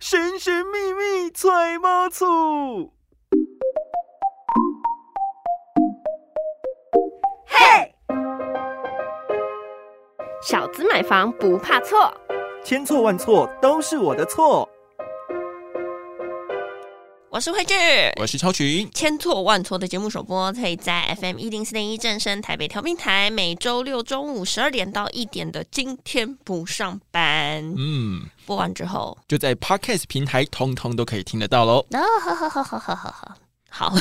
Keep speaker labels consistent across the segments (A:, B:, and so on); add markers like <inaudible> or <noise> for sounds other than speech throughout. A: 神神秘秘揣猫醋。
B: 小资买房不怕错，
A: 千错万错都是我的错。
C: 我是慧智，
D: 我是超群，
C: 千错万错的节目首播可以在 FM 一零四点一正声台北调频台，每周六中午十二点到一点的。今天不上班，
D: 嗯，
C: 播完之后，
D: 就在 Podcast 平台通通都可以听得到喽。
C: 啊，好好好好好好好。好，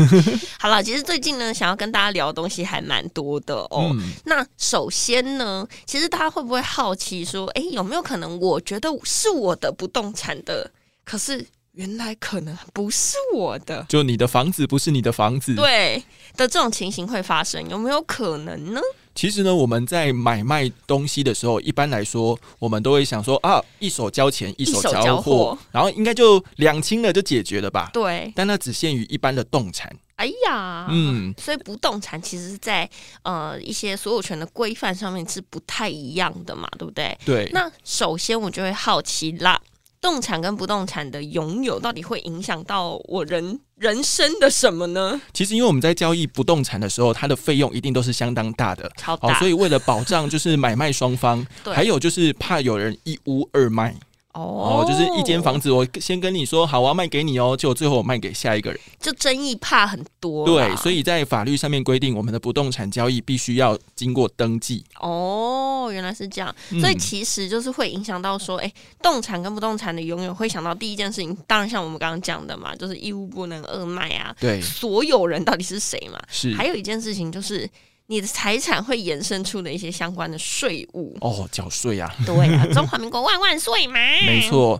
C: <laughs> 好了，其实最近呢，想要跟大家聊的东西还蛮多的哦。
D: 嗯，
C: 那首先呢，其实大家会不会好奇说，诶，有没有可能？我觉得是我的不动产的，可是原来可能不是我的，
D: 就你的房子不是你的房
C: 嗯
D: 子。，
C: 对的这种情形会发生，有没有可能呢？
D: 其实呢，我们在买卖东西的时候，一般来说，我们都会想说啊，一手交钱，一手
C: 手
D: 交
C: 交
D: 货，
C: 货
D: 然后应该就两清了，就解决了吧。
C: 对，
D: 但那只限于一般的动产。
C: 哎呀，嗯。
D: 嗯，
C: 所以不动产其实是在呃一些所有权的规范上面是不太一样的嘛，对不对？
D: 对。
C: 那首先我就会好奇啦，动产跟不动产的拥有到底会影响到我人人生的什么呢？
D: 其实因为我们在交易不动产的时候，它的费用一定都是相当大的。
C: 超大、，
D: 哦好，所以为了保障就是买卖双方
C: <laughs> 对
D: 还有就是怕有人一屋二卖，
C: 哦
D: 哦，就是一间房子，我先跟你说好，我要卖给你哦，结果最后我卖给下一个人。
C: 就争议怕很多啦，
D: 对，所以在法律上面规定，我们的不动产交易必须要经过登记。
C: 哦，原来是这样，
D: 嗯
C: 所以其实就是会影响到说，哎、动产跟不动产的拥有，会想到第一件事情，当然像我们刚刚讲的嘛，就是一屋不能二卖啊，
D: 对，
C: 所有人到底是谁嘛？
D: 是。
C: 还有一件事情就是你的财产会衍生出的一些相关的税务。
D: 哦，缴税啊，
C: <laughs> 对啊，中华民国万万岁嘛！
D: 没。错，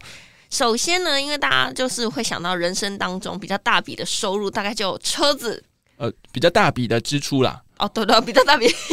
C: 首先呢，因为大家就是会想到人生当中比较大笔的收入，大概就有车子
D: 呃，比较大笔的支出啦。
C: 哦，对对，比较大笔 <laughs>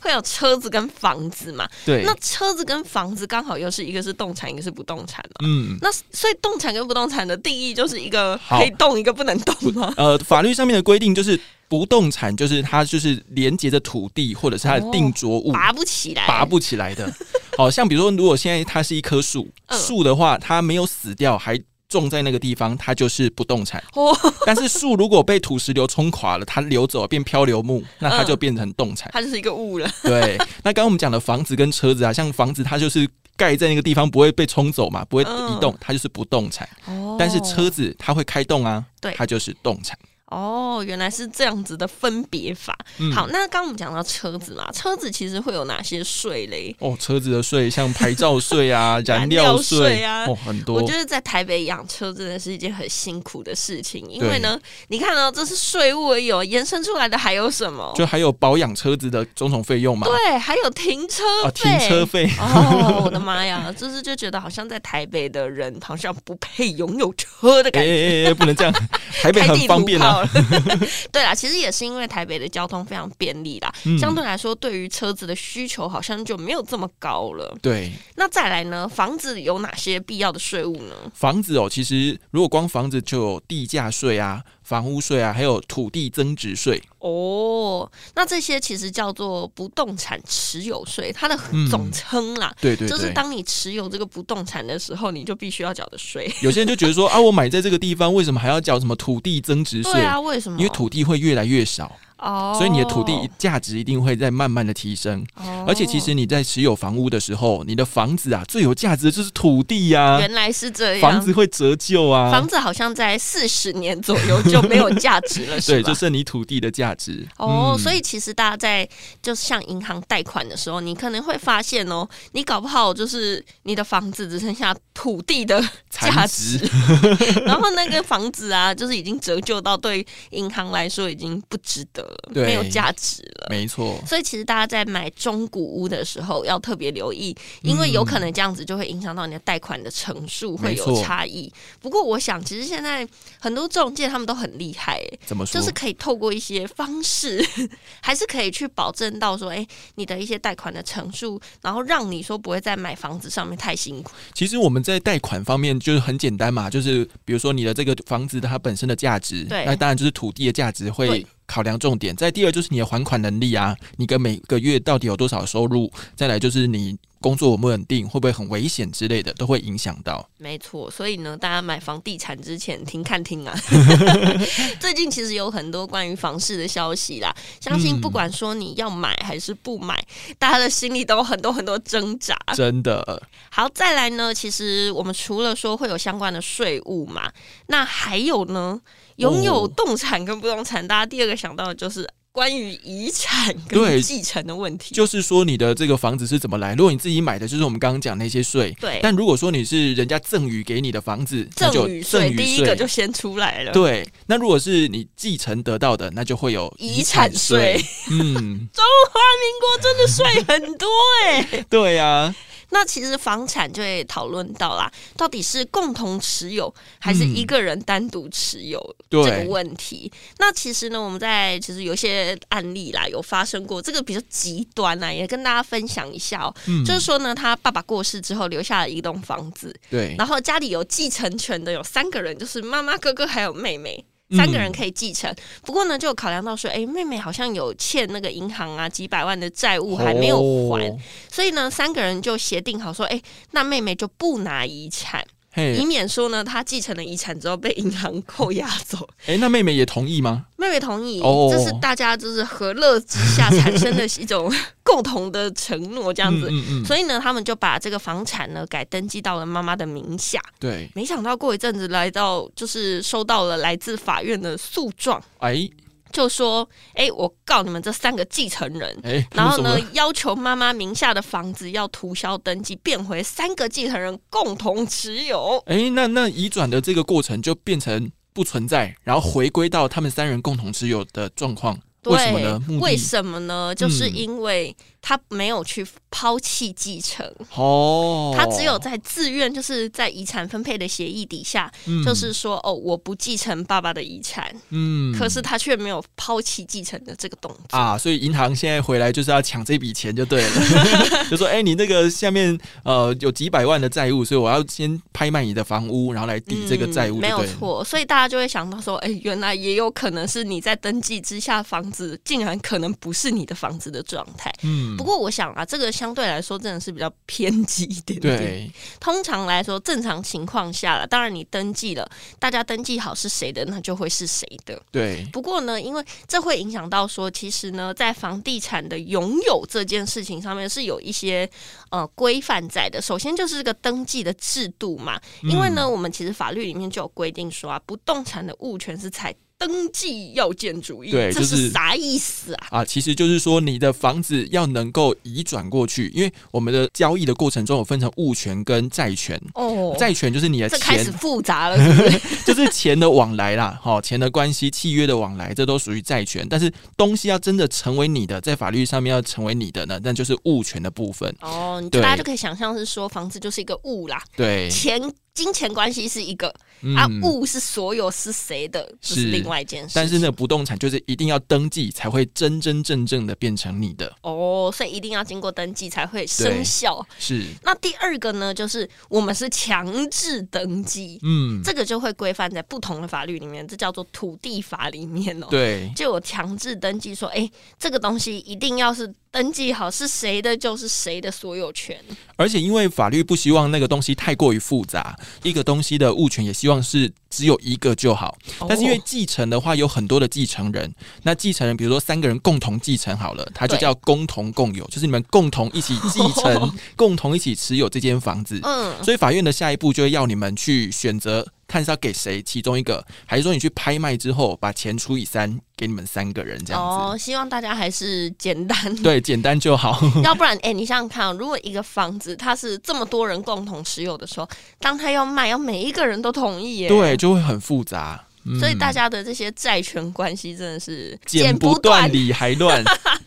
C: 会有车子跟房子嘛。
D: 对
C: 那，车子跟房子刚好又是一个是动产，一个是不动产嘛。
D: 嗯，
C: 那所以动产跟不动产的定义就是一个
D: 好
C: 可以动，一个不能动吗？
D: 呃，法律上面的规定就是不动产，就是它就是连接着土地或者是它的
C: 哦
D: 定着物，
C: 拔不起来，
D: 拔不起来
C: <laughs>
D: 的。好像比如说，如果现在它是一棵树，
C: 嗯
D: 树的话，它没有死掉，还种在那个地方，它就是不动产。
C: 哦， <laughs>
D: 但是树如果被土石流冲垮了，它流走变漂流木，那它
C: 嗯
D: 就变成
C: <laughs>
D: 动产。
C: 它就是一个物了。
D: 对，那刚刚我们讲的房子跟车子啊，像房子它就是盖在那个地方不会被冲走嘛，不会移动，它就是不动产。
C: 嗯哦
D: 但是车子它会开动啊，
C: 对
D: 它就是动产。
C: 哦，原来是这样子的分别法。
D: 嗯
C: 好，那刚刚我们讲到车子嘛，车子其实会有哪些税嘞？
D: 哦，车子的税像牌照
C: <laughs>
D: 税啊、燃
C: 料
D: 料
C: 税啊
D: 哦，很
C: 我
D: 多
C: 觉。得在台北养车真的是一件很辛苦的事情，因
D: 对
C: 为呢，你看哦，这是税务而已哦，延伸出来的还有什么？
D: 就还有保养车子的种种费用嘛，
C: 对，还有停车
D: 啊，
C: 费、
D: 停车费。
C: 哦，我的妈呀！就是就觉得好像在台北的人好像不配拥有车的
D: 哎
C: 感觉，
D: 哎哎，不能
C: <laughs>
D: 这样，台北
C: 开
D: 很
C: 地
D: 方
C: 图
D: 便
C: 炮
D: 啊。
C: 了。 <laughs> 对啦，其实也是因为台北的交通非常便利啦，
D: 嗯
C: 相对来说对于车子的需求好像就没有这么高了。
D: 对，
C: 那再来呢，房子有哪些必要的税务呢？
D: 房子哦，其实如果光房子就有地价税啊、房屋税啊，还有土地增值税。
C: 哦，那这些其实叫做不动产持有税，它的
D: 嗯
C: 总称啦。
D: 对对
C: 就是
D: 对，
C: 当你持有这个不动产的时候，你就必须要缴的税。
D: 有些人就觉得说啊，我买在这个地方，为什么还要缴什么土地增值税？
C: 对啊，为什么？
D: 因为土地会越来越少，
C: 哦，
D: 所以你的土地价值一定会在慢慢的提升。
C: 哦，
D: 而且其实你在持有房屋的时候，你的房子啊最有价值的就是土地呀、
C: 原来是这样。
D: 啊房子会折旧啊，
C: 房子好像在四十年左右就没有价值
D: <laughs>
C: 了，是
D: 对，
C: 吧？
D: 就剩你土地的价值。
C: 哦，
D: 嗯
C: 所以其实大家在就是像银行贷款的时候，你可能会发现哦，你搞不好就是你的房子只剩下土地的价
D: <laughs> 残
C: 值
D: 值， <laughs>
C: 然后那个房子啊，就是已经折旧到对银行来说已经不值得了，
D: 对
C: 没有价值了。
D: 没错，
C: 所以其实大家在买中古屋的时候要特别留意，因为有可能这样子就会影响到你的贷款的成数会
D: 嗯没
C: 有
D: 错
C: 差异。不过我想，其实现在很多中介他们都很厉害、欸
D: 怎么说？
C: 就是可以透过一些方式，还是可以去保证到说，哎、你的一些贷款的成数，然后让你说不会在买房子上面太辛苦。
D: 其实我们在贷款方面就是很简单嘛，就是比如说你的这个房子它本身的价值，
C: 对
D: 那当然就是土地的价值会
C: 对
D: 考量重点。再第二就是你的还款能力啊，你跟每个月到底有多少收入，再来就是你。工作稳不稳定，会不会很危险之类的，都会影响到。
C: 没错，所以呢，大家买房地产之前听看听啊。 <laughs> 最近其实有很多关于房市的消息啦，相信不管说你要买还是不买，大家的心里都有很多很多挣扎。
D: 真的，
C: 好，再来呢，其实我们除了说会有相关的税务嘛，那还有呢，拥有
D: 哦
C: 动产跟不动产，大家第二个想到的就是关于遗产跟
D: 对
C: 继承的问题。
D: 就是说你的这个房子是怎么来？如果你自己买的，就是我们刚刚讲那些税。
C: 对，
D: 但如果说你是人家赠与给你的房子，那就
C: 赠与
D: 赠
C: 税
D: 与
C: 第一个就先出来了。
D: 对。那如果是你继承得到的，那就会有
C: 遗
D: 产
C: 产税。
D: 嗯，
C: 中华民国真的税很多哎、
D: 对啊呀、
C: <laughs> 那其实房产就会讨论到啦，到底是共同持有还
D: 嗯
C: 是一个人单独持有、
D: 对
C: 这个问题。那其实呢，我们在其实有一些案例啦，有发生过这个比较极端啦，也跟大家分享一下哦、
D: 嗯，
C: 就是说呢，他爸爸过世之后留下了一栋房子，
D: 对，
C: 然后家里有继承权的有三个人，就是妈妈、哥哥还有妹妹。
D: 嗯
C: 三个人可以继承，不过呢，就有考量到说，哎、妹妹好像有欠那个银行啊几百万的债务还没有还，
D: 哦
C: 所以呢，三个人就协定好说，哎、那妹妹就不拿遗产，
D: 嘿
C: 以，免说呢，她继承了遗产之后被银行扣押走。
D: 哎、那妹妹也同意吗？
C: 妹妹同意，
D: 哦
C: 这是大家就是和乐之下产生的一种 <laughs> 共同的承诺，这
D: 这
C: 样子。
D: 嗯嗯嗯，
C: 所以呢，他们就把这个房产呢改登记到了妈妈的名下。
D: 对，
C: 没想到过一阵子，来到就是收到了来自法院的诉状，
D: 哎
C: 就说：“哎、我告你们这三个继承人，
D: 哎，
C: 然后
D: 他
C: 呢
D: 们怎么，
C: 要求妈妈名下的房子要涂销登记，变回三个继承人共同持有。
D: 哎，那那移转的这个过程就变成不存在，然后回归到他们三人共同持有的状况。
C: 对，
D: 为什么呢？目
C: 为
D: 的嗯
C: 什么呢？就是因为他没有去抛弃继承，
D: 哦，
C: 他只有在自愿，就是在遗产分配的协议底下，
D: 嗯
C: 就是说，哦，我不继承爸爸的遗产，
D: 嗯
C: 可是他却没有抛弃继承的这个动作。
D: 啊，所以银行现在回来就是要抢这笔钱就对了， <laughs> 就说哎、你这个下面呃有几百万的债务，所以我要先拍卖你的房屋，然后来抵这个债
C: 嗯
D: 务、就
C: 没有
D: 对了。
C: 错，所以大家就会想到说，哎、原来也有可能是你在登记之下，房子竟然可能不是你的房子的状态。
D: 嗯
C: 不过我想啊，这个相对来说真的是比较偏激一点点。，
D: 对，
C: 通常来说，正常情况下了，当然你登记了，大家登记好是谁的，那就会是谁的。
D: 对，
C: 不过呢，因为这会影响到说，其实呢，在房地产的拥有这件事情上面是有一些呃规范在的。首先就是这个登记的制度嘛，因为
D: 嗯
C: 呢，我们其实法律里面就有规定说啊，不动产的物权是采登记要件主义，
D: 对
C: 这
D: 就是是
C: 啥意思啊？
D: 啊，其实就是说你的房子要能够移转过去，因为我们的交易的过程中有分成物权跟债权。
C: 哦，
D: 债权就是你的
C: 这开
D: 钱
C: 始，复杂了，
D: <laughs>
C: 是不是？
D: 就是钱的往来啦， <laughs> 哈，钱的关系、契约的往来，这都属于债权。但是东西要真的成为你的，在法律上面要成为你的呢，那就是物权的部分。
C: 哦，你
D: 对
C: 大家就可以想象是说，房子就是一个物啦，
D: 对，
C: 钱金钱关系是一个、
D: 嗯
C: 啊，物是所有是谁的，这是
D: 是
C: 另外一件事情。
D: 但是呢，不动产就是一定要登记才会真真正正的变成你的，
C: 哦，所以一定要经过登记才会生效。
D: 是，
C: 那第二个呢，就是我们是强制登记，
D: 嗯，
C: 这个就会规范在不同的法律里面，这叫做土地法里面哦。
D: 对，
C: 就有强制登记说，哎、这个东西一定要是登记好是谁的，就是谁的所有权。
D: 而且因为法律不希望那个东西太过于复杂，一个东西的物权也希望是只有一个就好。但是因为
C: 哦
D: 继承的话，有很多的继承人，那继承人比如说三个人共同继承好了，它就
C: 对
D: 叫共同共有，就是你们共同一起继
C: <laughs>
D: 承，共同一起持有这间房子。
C: 嗯，
D: 所以法院的下一步就会要你们去选择，看是要给谁其中一个，还是说你去拍卖之后把钱除以三，给你们三个人这样子。
C: 哦，希望大家还是简单， <laughs>
D: 对，简单就好。
C: 要不然，哎、你想想看哦，如果一个房子它是这么多人共同持有的时候，当他要卖，要每一个人都同意耶，
D: 对，，就会很复杂。嗯
C: 所以大家的这些债权关系真的是
D: 剪不断，理还乱。
C: <laughs>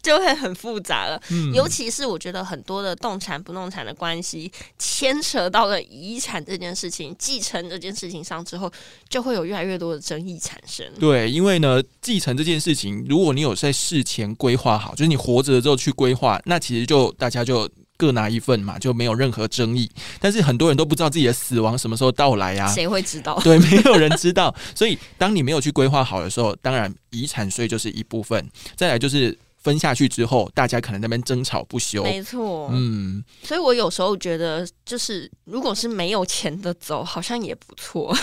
C: 就会很复杂了。 <laughs>
D: 嗯
C: 尤其是我觉得很多的动产不动产的关系牵扯到了遗产这件事情、继承这件事情上之后，就会有越来越多的争议产生。
D: 对，因为呢，继承这件事情，如果你有在事前规划好，就是你活着的时候去规划，那其实就大家就各拿一份嘛，就没有任何争议。但是很多人都不知道自己的死亡什么时候到来啊。
C: 谁会知道？
D: <laughs> 对，没有人知道，所以当你没有去规划好的时候，当然遗产税就是一部分，再来就是分下去之后，大家可能在那边争吵不休。
C: 没错，
D: 嗯，
C: 所以我有时候觉得，就是如果是没有钱的走，好像也不
D: <laughs>
C: 错。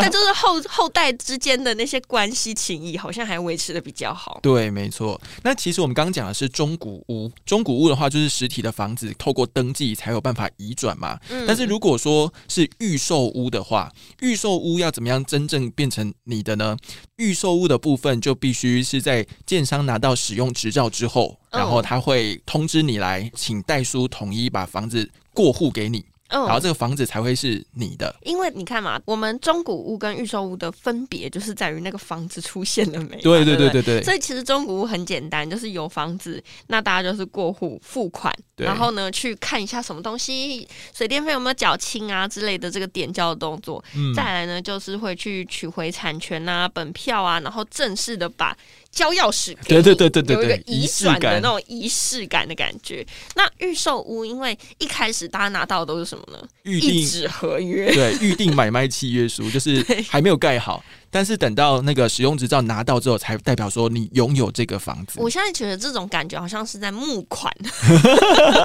C: 但就是后后代之间的那些关系情谊，好像还维持的比较好。
D: 对，没错。那其实我们刚刚讲的是中古屋，中古屋的话就是实体的房子，透过登记才有办法移转嘛。
C: 嗯
D: 但是如果说是预售屋的话，预售屋要怎么样真正变成你的呢？预售屋的部分就必须是在建商拿到使用执照之后，
C: 嗯
D: 然后他会通知你来，请代书统一把房子过户给你，然后
C: 嗯，
D: 这个房子才会是你的。
C: 因为你看嘛，我们中古屋跟预售屋的分别就是在于那个房子出现了没嘛？啊
D: 对
C: 对
D: 对
C: 不
D: 对对对，
C: 所以其实中古屋很简单，就是有房子，那大家就是过户付款，
D: 对
C: 然后呢去看一下什么东西，水电费有没有缴清啊之类的这个点交的动作。
D: 嗯
C: 再来呢，就是会去取回产权啊、本票啊，然后正式的把交钥匙给
D: 对
C: 你
D: 对对对对对
C: 有一个
D: 仪
C: 移
D: 式
C: 转的
D: 感
C: 那种仪式感的感觉。那预售屋，因为一开始大家拿到的都是什么呢？
D: 预
C: 一
D: 定
C: 纸合约。
D: 对，
C: <laughs>
D: 预定买卖契约书就是还没有盖好，但是等到那个使用执照拿到之后，才代表说你拥有这个房子。
C: 我现在觉得这种感觉好像是在募款， <laughs>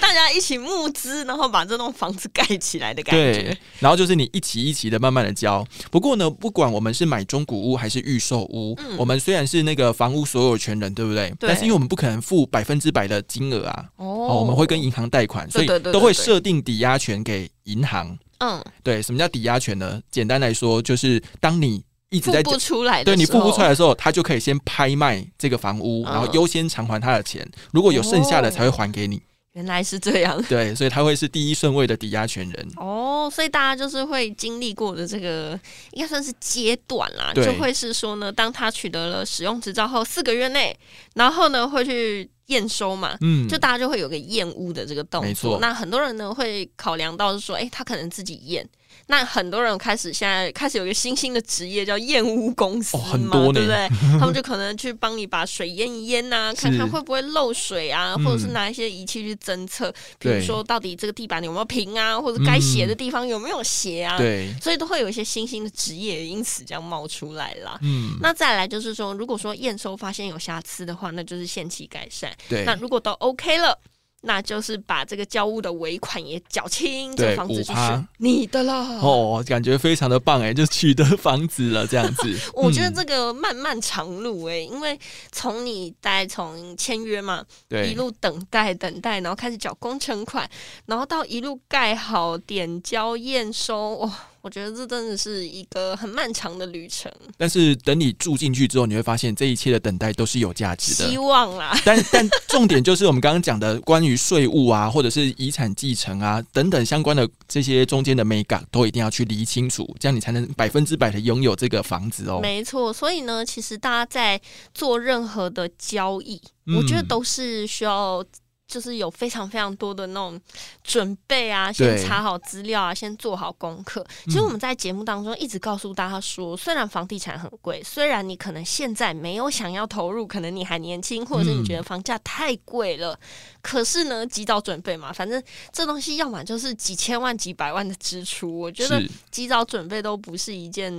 C: 大家一起募资，然后把这栋房子盖起来的感
D: 对
C: 觉。，
D: 然后就是你一期一期的慢慢的交。不过呢，不管我们是买中古屋还是预售屋，我们虽然是那个房屋所有权人，对不对？
C: 嗯对
D: 但是因为我们不可能付百分之百的金额啊，
C: 哦
D: 哦，我们会跟银行贷款，所以
C: 对对对对
D: 都会
C: 对
D: 设定抵押权给银行。
C: 嗯
D: 对，什么叫抵押权呢？简单来说，就是当你一直
C: 嗯付
D: 在
C: 不出来的时候，
D: 对你付不出来的时候，他就可以先拍卖这个房屋，
C: 嗯
D: 然后优先偿还他的钱。如果有剩下的，
C: 哦
D: 才会还给你。
C: 原来是这样。
D: 对，所以他会是第一顺位的抵押权人。
C: 哦，所以大家就是会经历过的这个，应该算是阶段啦，
D: 对
C: 就会是说呢，当他取得了使用执照后四个月内，然后呢会去验收嘛，
D: 嗯，
C: 就大家就会有个验屋的这个动
D: 没错
C: 作。那很多人呢会考量到是说，哎、他可能自己验。那很多人开始现在开始有一个新兴的职业叫验屋公司
D: 哦
C: 嘛，
D: 很多呢
C: 对不
D: <laughs>
C: 对？他们就可能去帮你把水淹一淹呐、看看会不会漏水啊，
D: 嗯
C: 或者是拿一些仪器去侦测，比
D: 对嗯
C: 如说到底这个地板有没有平啊，或者该斜的地方有没有斜啊，
D: 对，
C: 所以都会有一些新兴的职业因此这样冒出来啦。
D: 嗯，
C: 那再来就是说，如果说验收发现有瑕疵的话，那就是限期改善。
D: 对
C: 那，如果都 OK 了，那就是把这个交屋的尾款也缴清，这
D: 对
C: 个房子就
D: 5%
C: 是你的了。。
D: 哦，感觉非常的棒 <laughs> 哎，就取得房子了这样子
C: <laughs> 我觉得
D: 嗯
C: 这个漫漫长路哎、因为从你大概从签约嘛，一
D: 对
C: 路等待等待，然后开始缴工程款，然后到一路盖好、点交、验收，哇、我觉得这真的是一个很漫长的旅程，
D: 但是等你住进去之后，你会发现这一切的等待都是有价值
C: 希
D: 的。
C: 望啦。
D: 但 <laughs> 但重点就是我们刚刚讲的关于税务啊，或者是遗产继承啊等等相关的这些中间的美感，都一定要去理清楚，这样你才能百分之百的拥有这个房子哦。
C: 没错，所以呢，其实大家在做任何的交易，
D: 嗯
C: 我觉得都是需要。就是有非常非常多的那种准备啊，先
D: 对
C: 查好资料啊，先做好功课。其实我们在节目当中一直告诉大家说，虽然房地产很贵，虽然你可能现在没有想要投入，可能你还年轻，或者是你觉得房价太贵了，可是呢，及早准备嘛，反正这东西要么就是几千万、几百万的支出，我觉得
D: 是
C: 及早准备都不是一件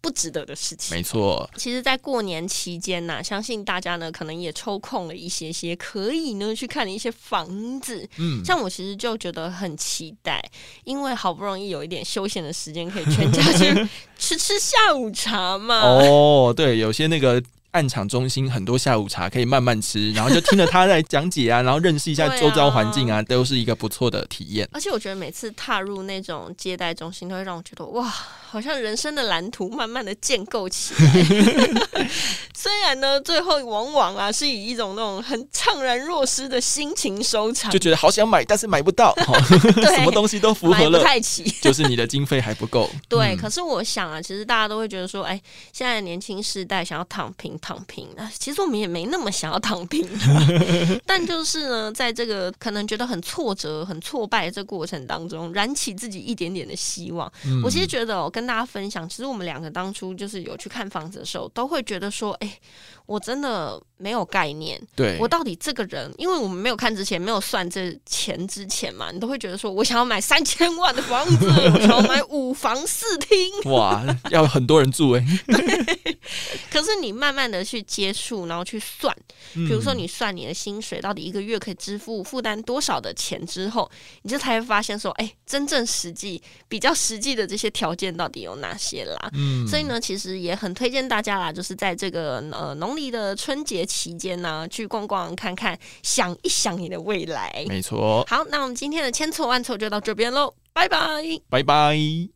C: 不值得的事情。
D: 没错，
C: 其实，在过年期间呐、相信大家呢可能也抽空了一些些，可以呢去看一些房子。
D: 嗯，
C: 像我其实就觉得很期待，因为好不容易有一点休闲的时间，可以全家
D: <laughs>
C: 去吃吃下午茶嘛。 <laughs>
D: 哦，对，有些那个暗场中心很多下午茶可以慢慢吃，然后就听着他在讲解啊，然后认识一下
C: 对啊
D: 周遭环境啊，都是一个不错的体验。
C: 而且我觉得每次踏入那种接待中心，都会让我觉得哇，好像人生的蓝图慢慢的建构起来。
D: <laughs>
C: 虽然呢，最后往往啊是以一种那种很怅然若失的心情收场，
D: 就觉得好想买，但是买
C: <laughs>
D: 不到，哦
C: 对
D: 什么东西都符合
C: 买不
D: 了，嗯
C: 太起。
D: 就是你的经费还不够。
C: 对，
D: 嗯
C: 可是我想啊，其实大家都会觉得说，哎，现在的年轻世代想要躺平，躺平。那其实我们也没那么想要躺
D: <laughs>
C: 平啊，但就是呢，在这个可能觉得很挫折、很挫败的这过程当中，燃起自己一点点的希望。 <laughs>
D: 嗯
C: 我其实觉得、哦，跟大家分享，其实我们两个当初就是有去看房子的时候，都会觉得说，哎，我真的没有概念，
D: 对，
C: 我到底这个人，因为我们没有看之前，没有算这钱之前嘛，你都会觉得说我想要买三千万的房子，我想要买五房四厅，
D: 哇，要很多人住哎、
C: 可是你慢慢的去接触，然后去算， <laughs> 比如
D: 嗯
C: 说你算你的薪水到底一个月可以支付负担多少的钱之后，你就才会发现说，哎、真正实际比较实际的这些条件到底有哪些啦。
D: 嗯，嗯
C: 所以，呢，其实也很推荐大家啦，就是在这个呃农历的春节期间呢、去逛逛看看，想一想你的未来。
D: 没错，
C: 好，那我们今天的千错万错就到这边喽，拜拜。
D: 拜拜。